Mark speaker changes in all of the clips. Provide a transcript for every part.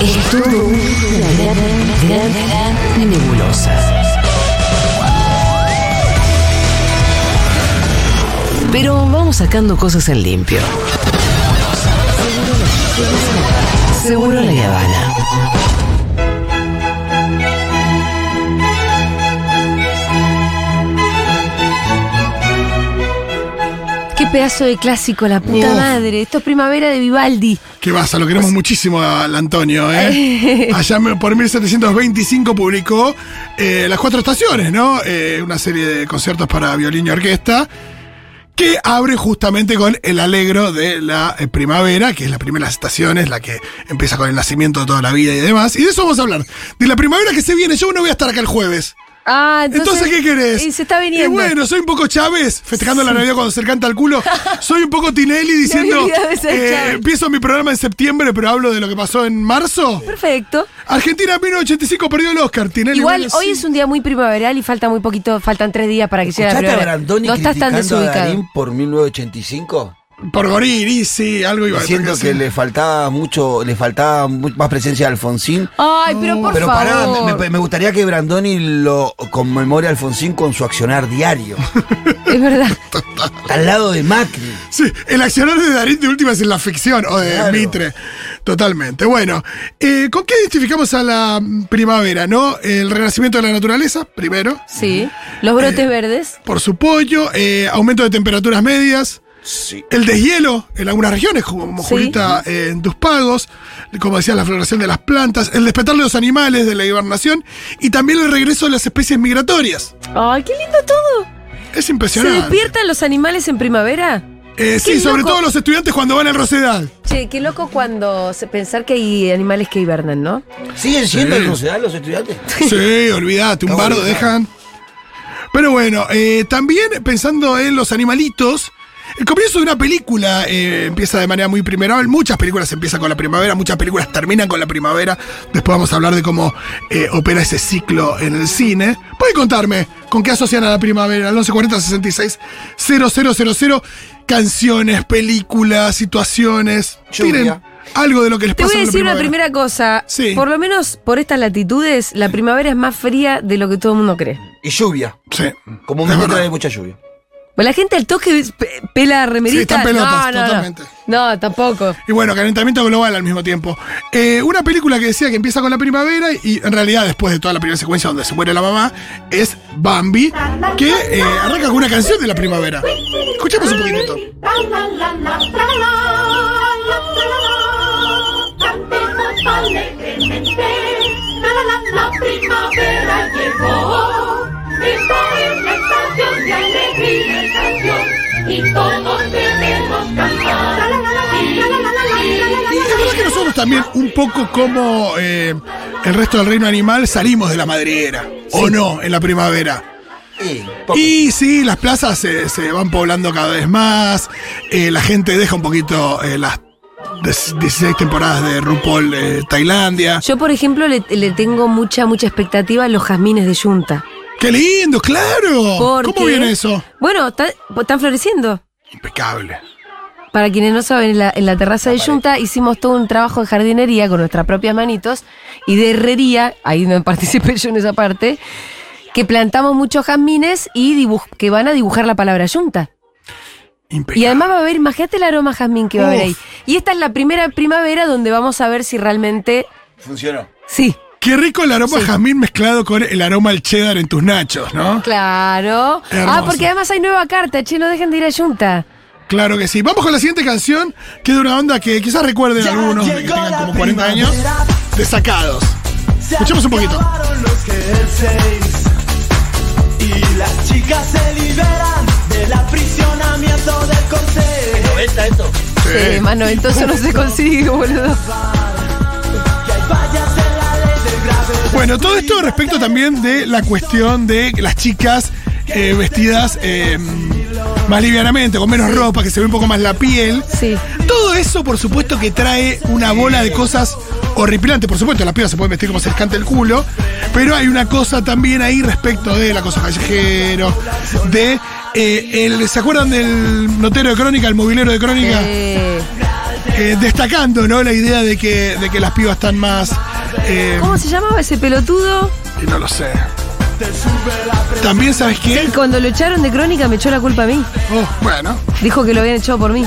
Speaker 1: Es todo una gran, gran, gran nebulosa. Pero vamos sacando cosas en limpio. Seguro la Habana.
Speaker 2: Qué pedazo de clásico, la puta
Speaker 3: Uf.
Speaker 2: madre. Esto es primavera de Vivaldi.
Speaker 3: ¿Qué pasa? Lo queremos muchísimo al Antonio, ¿eh? Allá me- por 1725 publicó eh, Las Cuatro Estaciones, ¿no? Eh, una serie de conciertos para violín y orquesta que abre justamente con el alegro de la eh, primavera, que es la primera de las estaciones, la que empieza con el nacimiento de toda la vida y demás. Y de eso vamos a hablar. De la primavera que se viene. Yo no voy a estar acá el jueves.
Speaker 2: Ah, entonces.
Speaker 3: Entonces, ¿qué querés?
Speaker 2: Y se está viniendo.
Speaker 3: Y bueno, soy un poco Chávez, festejando la Navidad cuando se le canta al culo. Soy un poco Tinelli diciendo,
Speaker 2: olvidaba de ser
Speaker 3: eh,
Speaker 2: Chávez.
Speaker 3: empiezo mi programa en septiembre, pero hablo de lo que pasó en marzo.
Speaker 2: Perfecto.
Speaker 3: Argentina en 1985 perdió el Oscar. Tinelli
Speaker 2: Igual
Speaker 3: bueno,
Speaker 2: hoy
Speaker 3: sí.
Speaker 2: es un día muy primaveral y falta muy poquito, faltan tres días para que llegue la
Speaker 4: ¿Escuchaste a
Speaker 2: primavera.
Speaker 4: Brandoni
Speaker 2: no estás tan
Speaker 4: criticando a
Speaker 2: desubicado.
Speaker 4: Darín por 1985?
Speaker 3: Por Goriri, sí, algo iba
Speaker 4: Diciendo
Speaker 3: creo
Speaker 4: que
Speaker 3: sí.
Speaker 4: le faltaba mucho, le faltaba mu- más presencia de Alfonsín.
Speaker 2: Ay, pero por
Speaker 4: Pero
Speaker 2: favor.
Speaker 4: pará, me- me, me gustaría que Brandoni lo conmemore a Alfonsín con su accionar diario.
Speaker 2: Es verdad.
Speaker 4: al lado de Macri.
Speaker 3: Sí, el accionar de Darín de última es en la ficción, o de
Speaker 4: Claro.
Speaker 3: Mitre. Totalmente. Bueno, eh, ¿con qué identificamos a la mm, primavera, no? El renacimiento de la naturaleza, primero.
Speaker 2: Sí. Los brotes
Speaker 4: Eh.
Speaker 2: verdes.
Speaker 3: Por su pollo, eh, aumento de temperaturas medias. El deshielo en algunas regiones, como
Speaker 2: Sí.
Speaker 3: Julita eh, en tus pagos, como decía, la floración de las plantas, el despertar de los animales de la hibernación y también el regreso de las especies migratorias.
Speaker 2: Ay, qué lindo todo.
Speaker 3: Es
Speaker 2: ¿Se
Speaker 3: impresionante.
Speaker 2: despiertan los animales en primavera?
Speaker 3: Eh, sí,
Speaker 2: Qué
Speaker 3: sobre
Speaker 2: loco.
Speaker 3: todo los estudiantes cuando van al Rosedal.
Speaker 2: Che, qué loco cuando se- pensar que hay animales que hibernan, ¿no?
Speaker 4: ¿Siguen siendo
Speaker 3: Sí.
Speaker 4: el Rosedal los estudiantes?
Speaker 3: Sí, olvídate, un
Speaker 4: Está
Speaker 3: bardo
Speaker 4: bueno.
Speaker 3: dejan. Pero bueno, eh, también pensando en los animalitos, el comienzo de una película eh, empieza de manera muy primaveral. Muchas películas empiezan con la primavera, muchas películas terminan con la primavera. Después vamos a hablar de cómo eh, opera ese ciclo en el cine. Pueden contarme con qué asocian a la primavera, al 1140-66-0000, canciones, películas, situaciones.
Speaker 4: Lluvia.
Speaker 3: Tienen algo de lo que les
Speaker 2: Te voy
Speaker 3: pasa
Speaker 2: a
Speaker 3: con la
Speaker 2: decir una
Speaker 3: primavera.
Speaker 2: primera cosa.
Speaker 3: Sí.
Speaker 2: Por lo menos por estas latitudes, la primavera es más fría de lo que todo el mundo cree.
Speaker 4: Y lluvia.
Speaker 3: Sí.
Speaker 4: Como
Speaker 3: Es
Speaker 4: me
Speaker 3: verdad.
Speaker 4: trae mucha lluvia.
Speaker 2: Pues la gente al toque pe- pela remerita.
Speaker 3: Sí, están pelotas,
Speaker 2: no, no, no.
Speaker 3: totalmente.
Speaker 2: No. tampoco.
Speaker 3: Y bueno, calentamiento global al mismo tiempo. Eh, una película que decía que empieza con la primavera y en realidad después de toda la primera secuencia donde se muere la mamá es Bambi, que eh, arranca con una canción de la primavera. Escuchemos un poquitito.
Speaker 5: Cantemos alegremente, la la la la primavera llegó. Esta es la estación de alegría y canción, y todos debemos cantar. La la la la la la la la
Speaker 3: Y es verdad que nosotros también, un poco como eh, el resto del reino animal, salimos de la madriguera. ¿O no? En la primavera.
Speaker 4: Sí, poco.
Speaker 3: Y sí, las plazas se, se van poblando cada vez más. eh, la gente deja un poquito eh, las 16 temporadas de RuPaul eh, Tailandia.
Speaker 2: Yo, por ejemplo, le, le tengo mucha, mucha expectativa a los jazmines de Yunta.
Speaker 3: ¡Qué lindo, claro!
Speaker 2: Porque-
Speaker 3: Oh, ¿Cómo viene eso?
Speaker 2: Bueno, está- pues, están floreciendo.
Speaker 3: Impecable.
Speaker 2: Para quienes no saben, en la, en la terraza de Yunta hicimos todo un trabajo de jardinería con nuestras propias manitos y de herrería, ahí no participé yo en esa parte, que plantamos muchos jazmines y dibuj- que van a dibujar la palabra Yunta.
Speaker 3: Impecable.
Speaker 2: Y además va a haber, imagínate el aroma a jazmín que va a haber ahí.
Speaker 3: Uf.
Speaker 2: Y esta es la primera primavera donde vamos a ver si realmente
Speaker 4: Funcionó.
Speaker 2: sí.
Speaker 3: Qué rico el aroma a jazmín mezclado con el aroma al cheddar en tus nachos, ¿no?
Speaker 2: Claro. Ah,
Speaker 3: Hermoso.
Speaker 2: porque además hay nueva carta, che, no dejen de ir a Yunta.
Speaker 3: Claro que sí. Vamos con la siguiente canción, que es de una onda que quizás recuerden algunos de que tengan como 40 años. Desacados. Escuchemos un poquito.
Speaker 6: acabaron los jerseys y las chicas se liberan del aprisionamiento del corte.
Speaker 4: ¿Noventa esto?
Speaker 2: Sí, mano, entonces no se consigue, boludo.
Speaker 6: Que hay vallas en la ley del grave.
Speaker 3: Bueno, todo esto respecto también de la cuestión de las chicas eh, vestidas eh, más livianamente, con menos ropa, que se ve un poco más la piel.
Speaker 2: Sí.
Speaker 3: Todo eso, por supuesto, que trae una bola de cosas horripilantes. Por supuesto, las pibas se pueden vestir como se les canta el culo. Pero hay una cosa también ahí respecto de la cosa callejero, de. eh, el- ¿Se acuerdan del notero de crónica, el mobilero de crónica?
Speaker 2: Eh,
Speaker 3: eh, destacando, ¿no? La idea de que, de que las pibas están más. eh,
Speaker 2: ¿Cómo se llamaba ese pelotudo?
Speaker 3: y no lo sé. También, ¿sabes qué?
Speaker 2: Cuando lo echaron de crónica me echó la culpa a mí.
Speaker 3: Oh, bueno,
Speaker 2: Dijo que lo habían echado por mí.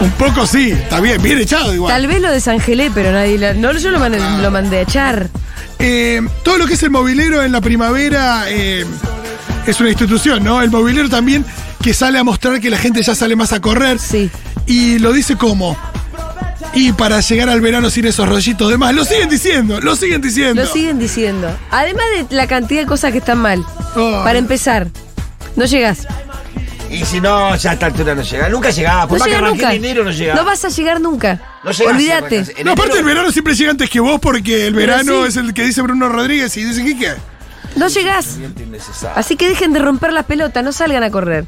Speaker 3: un poco sí, está bien, bien echado igual.
Speaker 2: Tal vez lo desangelé, pero nadie la- no, yo lo, man- lo mandé a echar.
Speaker 3: Eh, todo lo que es el mobilero en la primavera eh, es una institución, ¿no? El mobilero también que sale a mostrar que la gente ya sale más a correr.
Speaker 2: Sí.
Speaker 3: Y lo dice como. Y para llegar al verano sin esos rollitos de más. Lo siguen diciendo, lo siguen diciendo.
Speaker 2: Lo siguen diciendo. Además de la cantidad de cosas que están mal.
Speaker 3: Oh.
Speaker 2: Para empezar, no llegas.
Speaker 4: Y si no, ya a esta altura no llega. Nunca llegaba.
Speaker 2: No
Speaker 4: Por más que
Speaker 2: llegas
Speaker 4: arranque
Speaker 2: nunca.
Speaker 4: en enero no llegaba.
Speaker 2: No vas a llegar nunca.
Speaker 4: No llegás,
Speaker 2: Olvídate.
Speaker 4: arrancas en
Speaker 3: No, aparte el
Speaker 4: enero.
Speaker 3: verano siempre llega antes que vos porque el verano
Speaker 2: sí.
Speaker 3: es el que dice Bruno Rodríguez y dice Quique.
Speaker 2: No llegás.
Speaker 4: Innecesario.
Speaker 2: Así que dejen de romper las pelotas, no salgan a correr.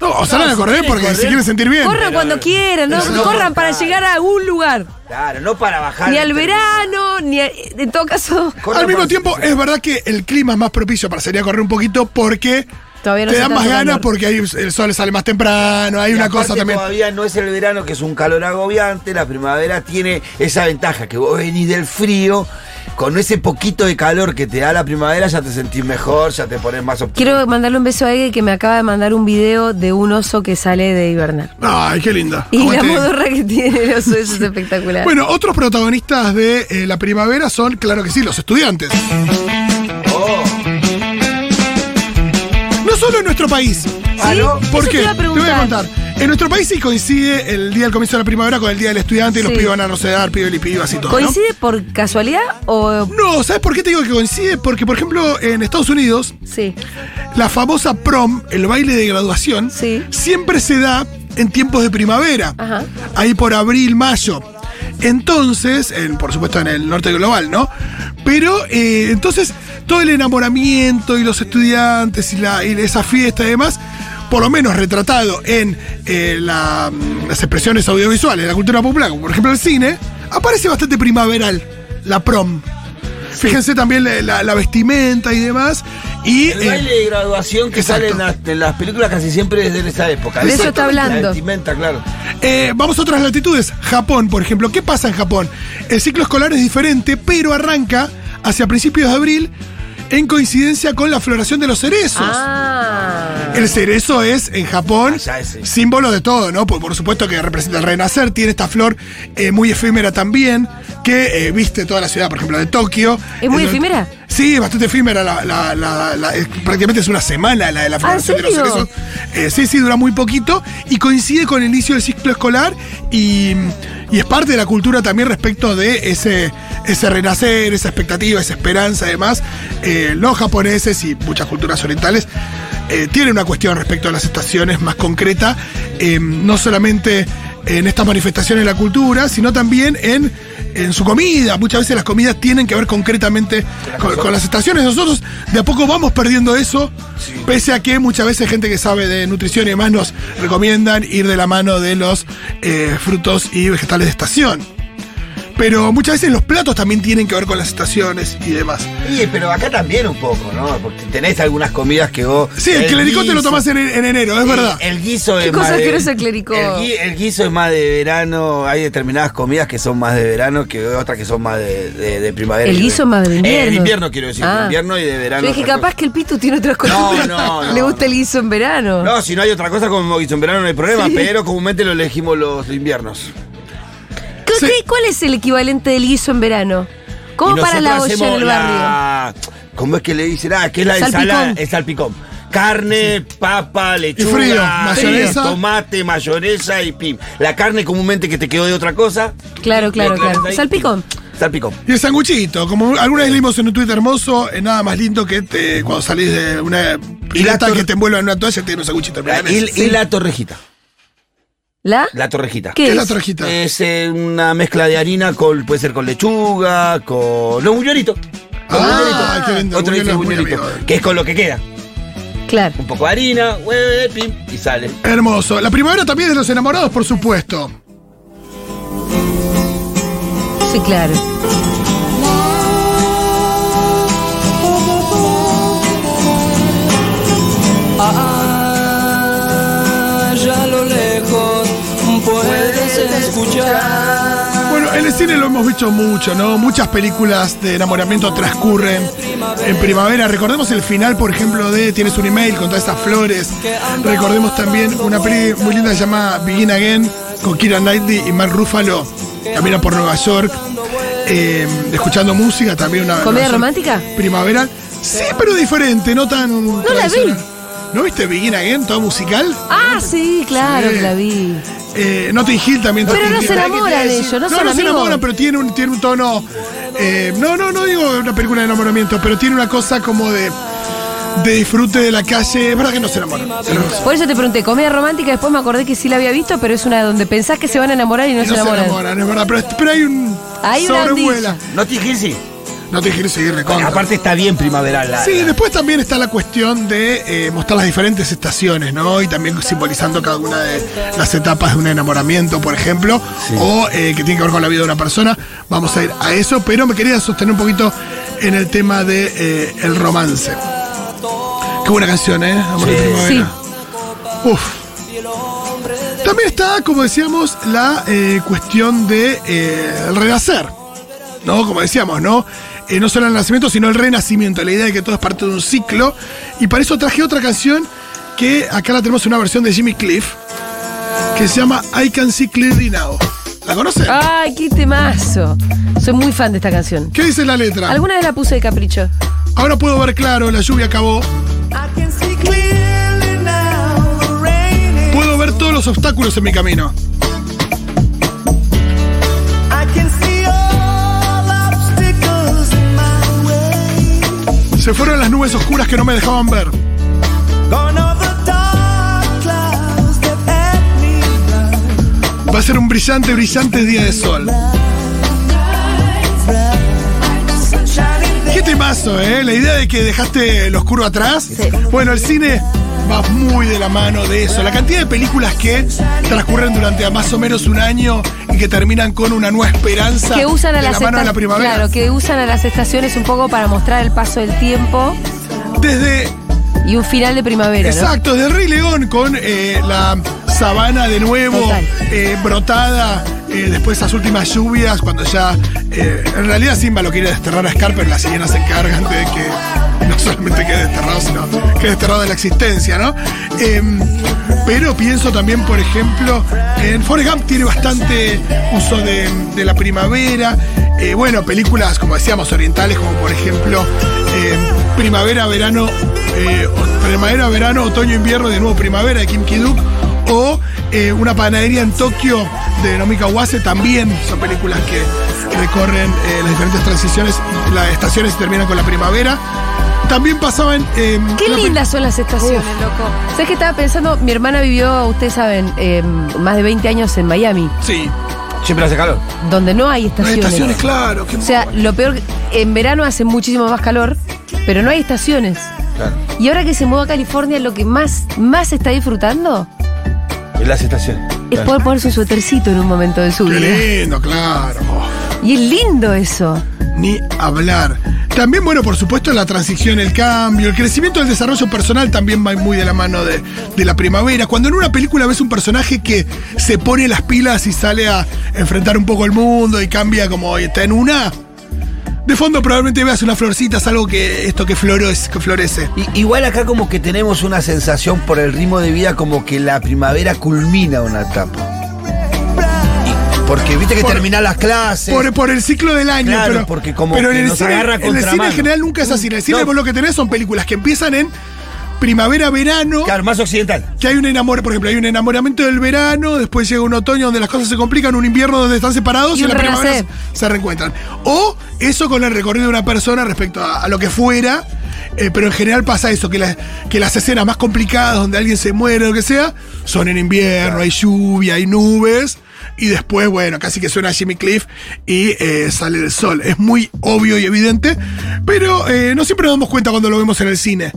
Speaker 3: No, o salgan a correr porque se quieren sentir bien.
Speaker 2: Corran cuando quieran, no,
Speaker 4: pero no,
Speaker 2: corran para
Speaker 4: claro.
Speaker 2: llegar a un lugar.
Speaker 4: Claro, no para bajar.
Speaker 2: Ni al
Speaker 4: el-
Speaker 2: verano, ni a- en todo caso.
Speaker 4: Corre
Speaker 3: Al mismo
Speaker 4: por-
Speaker 3: tiempo, es verdad que el clima es más propicio para salir a correr un poquito porque
Speaker 2: Todavía no
Speaker 3: te
Speaker 2: hace
Speaker 3: dan más
Speaker 2: tanto
Speaker 3: ganas
Speaker 2: calor.
Speaker 3: porque ahí el sol sale más temprano, hay
Speaker 4: Y
Speaker 3: una
Speaker 4: aparte
Speaker 3: cosa también.
Speaker 4: Todavía no es el verano, que es un calor agobiante. La primavera tiene esa ventaja, que vos venís del frío, con ese poquito de calor que te da la primavera, ya te sentís mejor, ya te pones más optimista.
Speaker 2: Quiero mandarle un beso a Ege que me acaba de mandar un video de un oso que sale de hibernar.
Speaker 3: Ay, qué linda.
Speaker 2: Y la
Speaker 3: Aguante.
Speaker 2: modorra que tiene el oso, eso es espectacular.
Speaker 3: Bueno, otros protagonistas de eh, la primavera son, claro que sí, los estudiantes.
Speaker 4: Oh.
Speaker 3: No solo en nuestro país.
Speaker 4: Ah, ¿no?
Speaker 3: ¿Por
Speaker 2: Eso
Speaker 3: qué?
Speaker 2: te iba a
Speaker 3: voy a
Speaker 2: preguntar.
Speaker 3: contar. En nuestro país sí coincide el día del comienzo de la primavera con el día del estudiante y los
Speaker 2: Sí.
Speaker 3: pibes van a rocear, pibes y pibas y todo. ¿no?
Speaker 2: ¿Coincide por casualidad o.?
Speaker 3: No, ¿sabes por qué te digo que coincide? Porque, por ejemplo, en Estados Unidos,
Speaker 2: Sí.
Speaker 3: la famosa prom, el baile de graduación,
Speaker 2: Sí.
Speaker 3: siempre se da en tiempos de primavera.
Speaker 2: Ajá.
Speaker 3: Ahí por abril, mayo. Entonces, en- por supuesto en el norte global, ¿no? Pero eh, entonces todo el enamoramiento y los estudiantes y, la, y esa fiesta y demás, por lo menos retratado en eh, la- las expresiones audiovisuales, la cultura popular, como por ejemplo el cine, aparece bastante primaveral la prom. Fíjense también la, la- la vestimenta y demás. Y,
Speaker 4: El
Speaker 3: eh,
Speaker 4: baile de graduación que
Speaker 3: exacto.
Speaker 4: sale en las, en las películas casi siempre es de esa época.
Speaker 2: De eso está
Speaker 4: Exactamente,
Speaker 2: hablando.
Speaker 4: La vestimenta, claro.
Speaker 3: Eh, vamos a otras latitudes. Japón, por ejemplo. ¿Qué pasa en Japón? El ciclo escolar es diferente, pero arranca hacia principios de abril en coincidencia con la floración de los cerezos.
Speaker 2: Ah.
Speaker 3: El cerezo es en Japón
Speaker 4: Allá es, sí.
Speaker 3: símbolo de todo, ¿no? Por, por supuesto que representa el renacer, tiene esta flor eh, muy efímera también, que eh, viste toda la ciudad, por ejemplo, de Tokio.
Speaker 2: ¿Es muy
Speaker 3: En donde-
Speaker 2: efímera?
Speaker 3: Sí, es bastante efímera. la- la- la- la- es- prácticamente es una semana la de la floración de los
Speaker 2: ¿Ah, serio?
Speaker 3: cerezos. Eh, sí, sí, dura muy poquito y coincide con el inicio del ciclo escolar y, y es parte de la cultura también respecto de ese, ese renacer, esa expectativa, esa esperanza. Además, eh, los japoneses y muchas culturas orientales eh, tienen una cuestión respecto a las estaciones más concreta, eh, no solamente en estas manifestaciones de la cultura, sino también en, en su comida. Muchas veces las comidas tienen que ver concretamente con, con las estaciones. Nosotros de a poco vamos perdiendo eso, pese a que muchas veces gente que sabe de nutrición y demás nos recomiendan ir de la mano de los eh, frutos y vegetales de estación. Pero muchas veces los platos también tienen que ver con las estaciones y demás.
Speaker 4: Y, pero acá también un poco, ¿no? Porque tenés algunas comidas que vos.
Speaker 3: Sí, el, clericot te lo
Speaker 4: guiso-
Speaker 3: tomás en, en enero, es
Speaker 4: Sí, eh.
Speaker 3: verdad.
Speaker 4: El guiso
Speaker 2: Qué
Speaker 4: es
Speaker 2: cosa
Speaker 4: más de-
Speaker 2: asquerosa el clericot.
Speaker 4: El, gui- el guiso es más de verano. Hay determinadas comidas que son más de verano que otras que son más de, de- de primavera.
Speaker 2: El guiso es más de invierno.
Speaker 4: Eh, de invierno quiero decir.
Speaker 2: Ah.
Speaker 4: De invierno y de verano.
Speaker 2: Yo dije,
Speaker 4: otra
Speaker 2: capaz
Speaker 4: cosa.
Speaker 2: que el Pitu tiene otras cosas.
Speaker 4: no, no,
Speaker 2: Le gusta
Speaker 4: no.
Speaker 2: el guiso en verano.
Speaker 4: No, si no hay otra cosa como guiso en verano no hay problema, pero comúnmente lo elegimos los inviernos.
Speaker 2: ¿Qué-
Speaker 3: Sí.
Speaker 2: qué- ¿Cuál es el equivalente del guiso en verano? ¿Cómo
Speaker 4: Y
Speaker 2: para la olla
Speaker 4: nosotros
Speaker 2: en el
Speaker 4: hacemos
Speaker 2: barrio?
Speaker 4: la- ¿Cómo es que le dicen? Ah, que es la
Speaker 2: Salpicón.
Speaker 4: ensalada, es salpicón. Carne, papa, lechuga,
Speaker 3: frío,
Speaker 4: frío,
Speaker 3: mayonesa.
Speaker 4: tomate, mayonesa y pim. La carne comúnmente que te quedó de otra cosa.
Speaker 2: Claro, claro,
Speaker 4: Le
Speaker 2: claro.
Speaker 4: cortas ahí,
Speaker 2: Salpicón.
Speaker 4: pim. Salpicón.
Speaker 3: Y el sanguchito, como alguna vez leímos en un tuit hermoso, es nada más lindo que te- cuando salís de una pilata
Speaker 4: tor-
Speaker 3: que te envuelva en una toalla, te tiene un sanguchito. en
Speaker 4: Ah, Y,
Speaker 3: milanesa.
Speaker 4: y la torrejita.
Speaker 2: ¿La?
Speaker 4: La torrejita.
Speaker 3: ¿Qué es la
Speaker 2: es?
Speaker 3: torrejita?
Speaker 4: Es eh, una mezcla de harina con, puede ser con lechuga, con. Los buñuelitos. Los
Speaker 3: Ah,
Speaker 4: buñuelitos.
Speaker 3: qué lindo,
Speaker 4: Otro dice
Speaker 3: buñuelos muy
Speaker 4: buñuelito.
Speaker 3: amigo.
Speaker 4: Que es con lo que queda.
Speaker 2: Claro.
Speaker 4: Un poco de harina, hueve, pim, y sale.
Speaker 3: Hermoso. La primavera también es de los enamorados, por supuesto.
Speaker 2: Sí, claro.
Speaker 7: Allá a lo lejos puedes escuchar.
Speaker 3: Bueno, en el cine lo hemos visto mucho, ¿no? Muchas películas de enamoramiento transcurren en primavera. Recordemos el final, por ejemplo, de Tienes un email con todas esas flores. Recordemos también una peli muy linda llamada Begin Again con Kira Knightley y Mark Ruffalo. Camina por Nueva York, eh, escuchando música también. Una,
Speaker 2: ¿Comedia
Speaker 3: una-
Speaker 2: romántica?
Speaker 3: Primavera. Sí, pero diferente, no tan. No
Speaker 2: la vi.
Speaker 3: ¿No viste Begin Again, todo musical?
Speaker 2: Ah, sí, claro
Speaker 3: Sí.
Speaker 2: que la vi.
Speaker 3: Eh, Notting Hill también.
Speaker 2: Pero
Speaker 3: Notting
Speaker 2: no
Speaker 3: Hill.
Speaker 2: se enamoran ellos, no
Speaker 3: no,
Speaker 2: son
Speaker 3: se
Speaker 2: amigos.
Speaker 3: enamoran, pero tiene un, tiene un tono. eh, no, no, no digo una película de enamoramiento, pero tiene una cosa como de, de disfrute de la calle. Es verdad que no se enamoran. pero no se-
Speaker 2: Por eso te pregunté, comedia romántica, después me acordé que sí la había visto, pero es una donde pensás que se van a enamorar y no,
Speaker 3: y
Speaker 2: se enamoran.
Speaker 3: es verdad. Pero, pero hay un.
Speaker 2: Hay una
Speaker 3: sobrevuela.
Speaker 4: No te dije sí.
Speaker 3: No te quiero seguir recontra.
Speaker 4: Aparte está bien primaveral la.
Speaker 3: Sí, después también está la cuestión de eh, mostrar las diferentes estaciones, ¿no? Y también simbolizando cada una de las etapas de un enamoramiento, por ejemplo, o eh, que tiene que ver con la vida de una persona. Vamos a ir a eso, pero me quería sostener un poquito en el tema de eh, el romance. Qué buena canción, ¿eh? Amor de
Speaker 4: Sí.
Speaker 3: primavera. Uf. También está, como decíamos, la eh, cuestión de eh, el renacer. ¿no? Como decíamos, ¿no? Eh, no solo el nacimiento, sino el renacimiento, la idea de que todo es parte de un ciclo. Y para eso traje otra canción que acá la tenemos en una versión de Jimmy Cliff, que se llama I Can See Clearly Now. ¿La conocen?
Speaker 2: Ay, qué temazo. Soy muy fan de esta canción.
Speaker 3: ¿Qué dice la letra?
Speaker 2: ¿Alguna vez la puse de capricho?
Speaker 3: Ahora puedo ver claro, la lluvia acabó. Puedo ver todos los obstáculos en mi camino. Se fueron las nubes oscuras que no me dejaban ver. Va a ser un brillante, brillante día de sol. Qué temazo, ¿eh? La idea de que dejaste lo oscuro atrás. Bueno, el cine va muy de la mano de eso. La cantidad de películas que transcurren durante más o menos un año y que terminan con una nueva esperanza
Speaker 2: Que usan a
Speaker 3: de
Speaker 2: las
Speaker 3: la mano de la
Speaker 2: esta-
Speaker 3: primavera.
Speaker 2: Claro, que usan a las estaciones un poco para mostrar el paso del tiempo
Speaker 3: Desde
Speaker 2: y un final de primavera, ¿no?
Speaker 3: Exacto, desde el Rey León con eh, la sabana de nuevo
Speaker 2: Total.
Speaker 3: eh, brotada eh, después de esas últimas lluvias, cuando ya eh, en realidad Simba lo quiere desterrar a Scar, pero las sirenas se encargan de que no solamente quede desterrado, sino quede desterrado de la existencia, ¿no? Em, pero pienso también, por ejemplo, en Forrest Gump tiene bastante uso de, de la primavera. Eh, bueno, películas, como decíamos, orientales, como por ejemplo eh, Primavera, Verano, eh, o- Primavera, Verano, Otoño, Invierno, de nuevo Primavera de Kim Kiduk, o eh, una panadería en Tokio de Nomi Kawase, también son películas que recorren eh, las diferentes transiciones, y las estaciones y terminan con la primavera. También pasaban... eh,
Speaker 2: Qué
Speaker 3: una pe-
Speaker 2: lindas son las estaciones, loco. ¿Sabes qué estaba pensando? Mi hermana vivió, ustedes saben, eh, más de 20 años en Miami,
Speaker 3: Sí,
Speaker 4: Siempre hace calor.
Speaker 2: donde no hay
Speaker 3: las
Speaker 2: estaciones.
Speaker 3: estaciones, claro. qué
Speaker 2: O sea, lo peor, en verano hace muchísimo más calor, pero no hay estaciones.
Speaker 4: Claro.
Speaker 2: Y ahora que se mudó a California, lo que más, más está disfrutando
Speaker 4: En las estaciones.
Speaker 2: es poder ponerse un suétercito en un momento de su
Speaker 3: Qué
Speaker 2: vida.
Speaker 3: lindo, claro. Oh,
Speaker 2: Y es lindo eso.
Speaker 3: ni hablar. También, bueno, por supuesto, la transición, el cambio, el crecimiento del desarrollo personal también va muy de la mano de, de la primavera. Cuando en una película ves un personaje que se pone las pilas y sale a enfrentar un poco el mundo y cambia como y está en una. De fondo probablemente veas unas florcitas, algo que esto que florece, que florece.
Speaker 4: I- igual acá como que tenemos una sensación por el ritmo de vida como que la primavera culmina una etapa. Y- Porque viste que
Speaker 3: Por-
Speaker 4: terminan las clases.
Speaker 3: Por, por el ciclo del año,
Speaker 4: Claro,
Speaker 3: pero,
Speaker 4: porque como
Speaker 3: pero
Speaker 4: que
Speaker 3: en el
Speaker 4: nos
Speaker 3: cine,
Speaker 4: agarra
Speaker 3: en el
Speaker 4: contramano.
Speaker 3: cine en general nunca es así. En el cine
Speaker 4: No.
Speaker 3: vos lo que tenés son películas que empiezan en primavera, verano,
Speaker 4: Claro, más occidental.
Speaker 3: que hay un enamor, por ejemplo, hay un enamoramiento del verano, después llega un otoño donde las cosas se complican, un invierno donde están separados
Speaker 2: Y
Speaker 3: y,
Speaker 2: un
Speaker 3: en la primavera se,
Speaker 2: renacer.
Speaker 3: se reencuentran. O eso con el recorrido de una persona respecto a, a lo que fuera, eh, pero en general pasa eso, que, las- que las escenas más complicadas donde alguien se muere o lo que sea, son en invierno, hay lluvia, hay nubes. Y después, bueno, casi que suena Jimmy Cliff y eh, sale el sol. Es muy obvio y evidente, pero eh, no siempre nos damos cuenta cuando lo vemos en el cine.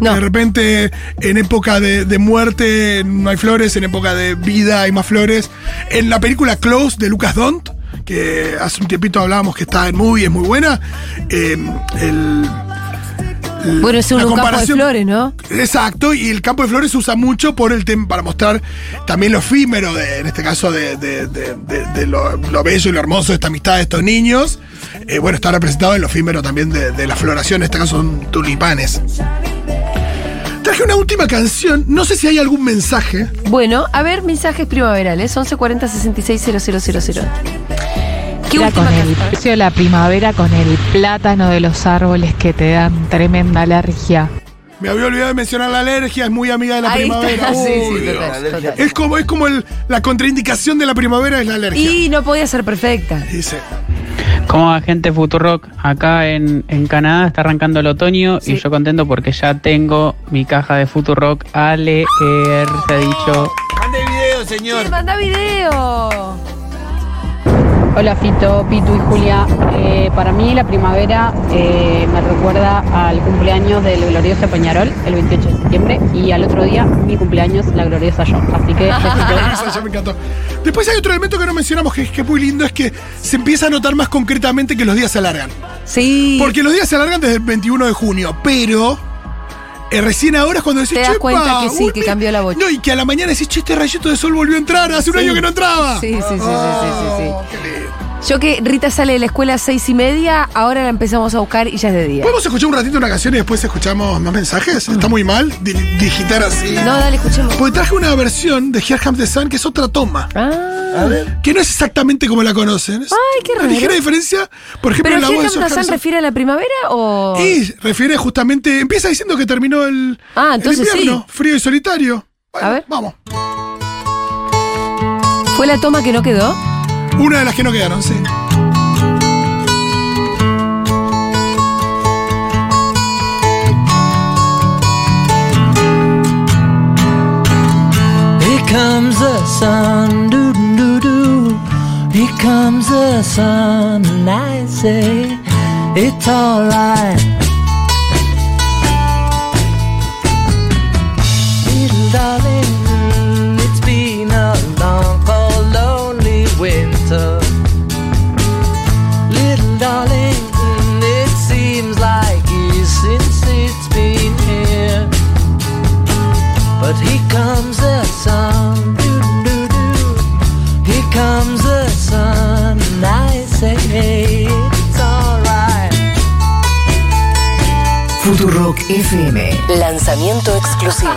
Speaker 2: No.
Speaker 3: De repente, en época de, de muerte no hay flores, en época de vida hay más flores. En la película Close de Lucas Dont, que hace un tiempito hablábamos que está en movie, es muy buena, eh, el,
Speaker 2: Bueno, es un,
Speaker 3: la
Speaker 2: un campo de
Speaker 3: comparación-
Speaker 2: flores, ¿no?
Speaker 3: Exacto, y el campo de flores se usa mucho por el tem- para mostrar también lo efímero, de, en este caso, de, de- de- de- de lo, lo bello y lo hermoso de esta amistad de estos niños. Eh, bueno, está representado en lo efímero también de, de la floración, en este caso son tulipanes. Traje una última canción, no sé si hay algún mensaje.
Speaker 2: Bueno, a ver, mensajes primaverales. 1140 66 ¿Qué
Speaker 7: Era
Speaker 2: última
Speaker 7: con el
Speaker 2: canción?
Speaker 7: precio de la primavera, con el plátano de los árboles que te dan tremenda alergia.
Speaker 3: Me había olvidado de mencionar la alergia, es muy amiga de la
Speaker 2: Ahí
Speaker 3: primavera.
Speaker 2: está, sí, sí,
Speaker 3: Uy,
Speaker 2: total,
Speaker 4: la alergia.
Speaker 2: total.
Speaker 3: es como, es como el- la contraindicación de la primavera es la alergia.
Speaker 2: Y no podía ser perfecta.
Speaker 3: Dice,
Speaker 8: ¿Cómo va gente Futurock? Acá en, en Canadá está arrancando el otoño
Speaker 2: Sí.
Speaker 8: y yo contento porque ya tengo mi caja de Futurock a leer, te he dicho.
Speaker 4: Mande video, señor.
Speaker 2: Sí, manda video.
Speaker 9: Hola Fito, Pitu y Julia. Eh, para mí la primavera eh, me recuerda al cumpleaños del glorioso Peñarol, el 28 de septiembre, y al otro día mi cumpleaños, la gloriosa yo. Así que
Speaker 3: Esa ya me encantó. Después hay otro elemento que no mencionamos que es que es muy lindo, es que se empieza a notar más concretamente que los días se alargan.
Speaker 2: Sí.
Speaker 3: Porque los días se alargan desde el 21 de junio, pero eh, recién ahora es cuando decís,
Speaker 2: Te das
Speaker 3: "Chepa,
Speaker 2: cuenta que sí,
Speaker 3: uy,
Speaker 2: que
Speaker 3: mi-".
Speaker 2: cambió la bocha.
Speaker 3: No, y que a la mañana decís, che, este rayito de sol volvió a entrar, hace un
Speaker 2: Sí.
Speaker 3: año que no entraba.
Speaker 2: Sí, sí, sí, sí, sí, sí, sí.
Speaker 3: Oh, qué lindo.
Speaker 2: Yo que Rita sale de la escuela a seis y media, ahora la empezamos a buscar y ya es de día.
Speaker 3: ¿Podemos escuchar un ratito una canción y después escuchamos más mensajes? Está muy mal di- digitar así.
Speaker 2: Mm. No, dale, escuchemos.
Speaker 3: Porque traje una versión de Here Comes the Sun que es otra toma.
Speaker 2: Ah,
Speaker 3: Que no es exactamente como la conocen. Es
Speaker 2: Ay, qué
Speaker 3: una
Speaker 2: raro.
Speaker 3: ligera diferencia, por ejemplo,
Speaker 2: ¿Pero
Speaker 3: en la voz de
Speaker 2: Hellcamp
Speaker 3: George
Speaker 2: Dazan
Speaker 3: Harrison.
Speaker 2: refiere a la primavera o...?
Speaker 3: Y refiere justamente. Empieza diciendo que terminó el,
Speaker 2: Ah,
Speaker 3: el
Speaker 2: entonces
Speaker 3: invierno, frío y solitario.
Speaker 2: A ver.
Speaker 3: Vamos.
Speaker 2: ¿Fue la toma que no quedó?
Speaker 3: Una de las que no quedaron, sí.
Speaker 1: Here comes the sun, doo doo doo. Here comes the sun, and I say it's alright. Little darling, mm, it's been a long, cold, lonely winter. Little darling, mm, it seems like years since it's been here. But here comes the sun, doo doo doo. Here comes the sun, and I say hey, it's alright.
Speaker 10: Futurock FM.
Speaker 1: Lanzamiento exclusivo.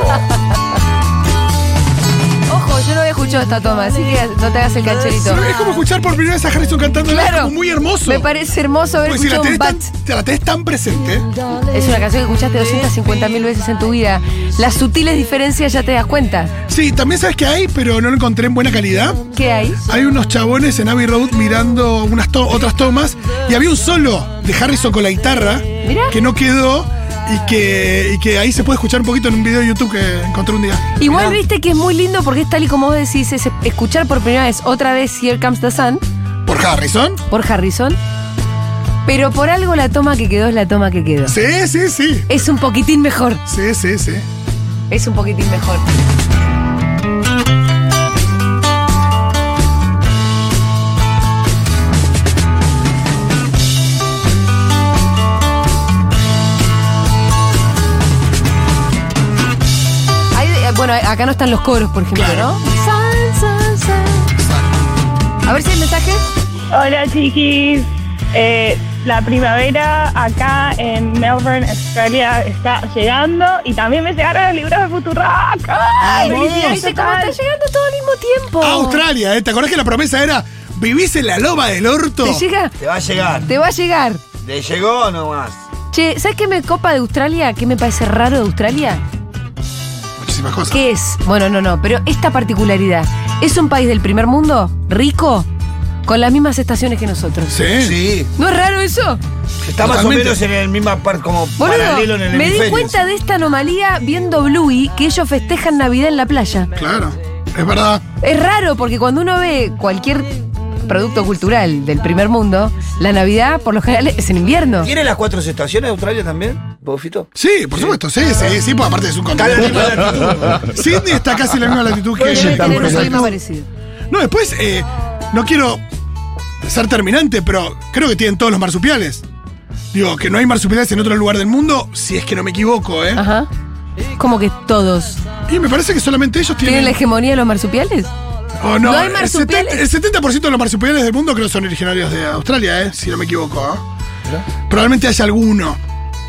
Speaker 2: Ojo, yo no había escuchado esta toma, así que no te hagas el cancherito.
Speaker 3: Pero es como escuchar por primera vez a Harrison cantando
Speaker 2: Claro.
Speaker 3: es como muy hermoso.
Speaker 2: Me parece hermoso haber
Speaker 3: Porque si la
Speaker 2: escuchado un
Speaker 3: tenés, tan,
Speaker 2: bat.
Speaker 3: te la tenés tan presente. ¿eh?
Speaker 2: Es una canción que escuchaste 250 mil veces en tu vida. Las sutiles diferencias ya te das cuenta.
Speaker 3: Sí, también sabes que hay, pero no lo encontré en buena calidad.
Speaker 2: ¿Qué hay?
Speaker 3: Hay unos chabones en Abbey Road mirando unas to- otras tomas y había un solo de Harrison con la guitarra
Speaker 2: Mirá.
Speaker 3: que no quedó y que, y que ahí se puede escuchar un poquito en un video de YouTube que encontré un día.
Speaker 2: Igual viste que es muy lindo porque es tal y como vos decís, es escuchar por primera vez otra vez Here Comes the Sun
Speaker 3: ¿Por Harrison?
Speaker 2: por Harrison. Pero por algo la toma que quedó es la toma que quedó.
Speaker 3: Sí, sí, sí.
Speaker 2: Es un poquitín mejor.
Speaker 3: Sí, sí, sí.
Speaker 2: Es un poquitín mejor. Hay- eh, Bueno, acá no están los coros, por ejemplo, ¿no? Sun, sun, sun. A ver si hay mensajes.
Speaker 11: Hola chiquis, Eh, la primavera acá en Melbourne, Australia está llegando y también me llegaron los libros de Futurock. ¡Ay, felicidades,
Speaker 2: ¿Viste cómo está
Speaker 11: total!
Speaker 2: llegando todo al mismo tiempo?
Speaker 3: A Australia, ¿eh? ¿te acordás que la promesa era vivís en la loba del orto?
Speaker 2: Te llega,
Speaker 4: Te va a llegar.
Speaker 2: te va a llegar.
Speaker 4: Te llegó nomás.
Speaker 2: Che, ¿sabes qué me copa de Australia? ¿Qué me parece raro de Australia?
Speaker 3: Muchísimas cosas.
Speaker 2: ¿Qué es? Bueno, no, no, pero esta particularidad. Es un país del primer mundo, rico, con las mismas estaciones que nosotros.
Speaker 3: Sí.
Speaker 4: Sí.
Speaker 2: ¿No es raro eso?
Speaker 4: Está más o
Speaker 3: Totalmente.
Speaker 4: menos en el mismo par, como paralelo
Speaker 2: Boludo,
Speaker 4: en el
Speaker 2: me di
Speaker 4: hemisferio.
Speaker 2: cuenta de esta anomalía viendo Bluey que ellos festejan Navidad en la playa.
Speaker 3: Claro. Es verdad.
Speaker 2: Es raro porque cuando uno ve cualquier producto cultural del primer mundo, la Navidad por lo general es en invierno.
Speaker 4: ¿Tiene las cuatro estaciones de Australia también, Bofito?
Speaker 3: Sí, por supuesto, sí, sí, sí, pues aparte es un continente. Sydney está casi en la misma latitud que
Speaker 2: Debe tener un
Speaker 3: Buenos
Speaker 2: clima
Speaker 3: Aires.
Speaker 2: parecido.
Speaker 3: No, después, eh, no quiero ser terminante, pero creo que tienen todos los marsupiales. Digo, que no hay marsupiales en otro lugar del mundo, si es que no me equivoco, ¿eh?
Speaker 2: Ajá. Como que todos.
Speaker 3: Y me parece que solamente ellos tienen.
Speaker 2: ¿Tienen la hegemonía de los marsupiales?
Speaker 3: Oh, no,
Speaker 2: No hay
Speaker 3: el
Speaker 2: marsupiales.
Speaker 3: 70 El 70%, de los marsupiales del mundo creo son originarios de Australia, ¿eh? Si no me equivoco, ¿eh? Probablemente haya alguno.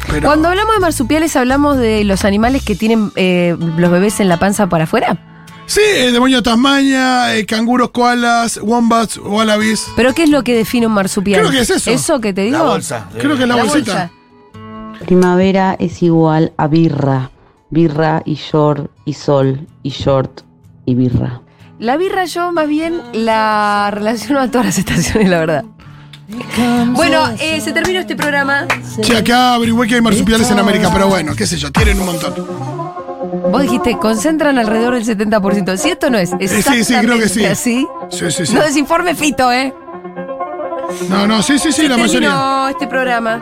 Speaker 3: Pero
Speaker 2: Cuando hablamos de marsupiales, hablamos de los animales que tienen eh, los bebés en la panza para afuera.
Speaker 3: Sí, el demonio de Tasmania, eh, canguros, koalas, wombats, wallabies.
Speaker 2: ¿Pero qué es lo que define un marsupial?
Speaker 3: Creo que es eso.
Speaker 2: ¿Eso que te digo?
Speaker 3: Creo que es la,
Speaker 2: La
Speaker 3: bolsita.
Speaker 2: bolsa.
Speaker 12: Primavera es igual a birra. Birra y short y sol y short y birra.
Speaker 2: La birra yo más bien la relaciono a todas las estaciones, la verdad. Bueno, eh, se terminó este programa.
Speaker 3: Che, acá averigüé que hay marsupiales en América, pero bueno, qué sé yo, tienen un montón.
Speaker 2: Vos dijiste, concentran alrededor del 70%. Si esto no es
Speaker 3: sí, Eh, sí,
Speaker 2: exactamente
Speaker 3: creo que sí.
Speaker 2: así.
Speaker 3: Sí, sí, sí.
Speaker 2: No desinforme Fito, ¿eh?
Speaker 3: No, no, sí, sí, sí,
Speaker 2: Se
Speaker 3: la
Speaker 2: terminó
Speaker 3: mayoría.
Speaker 2: este programa.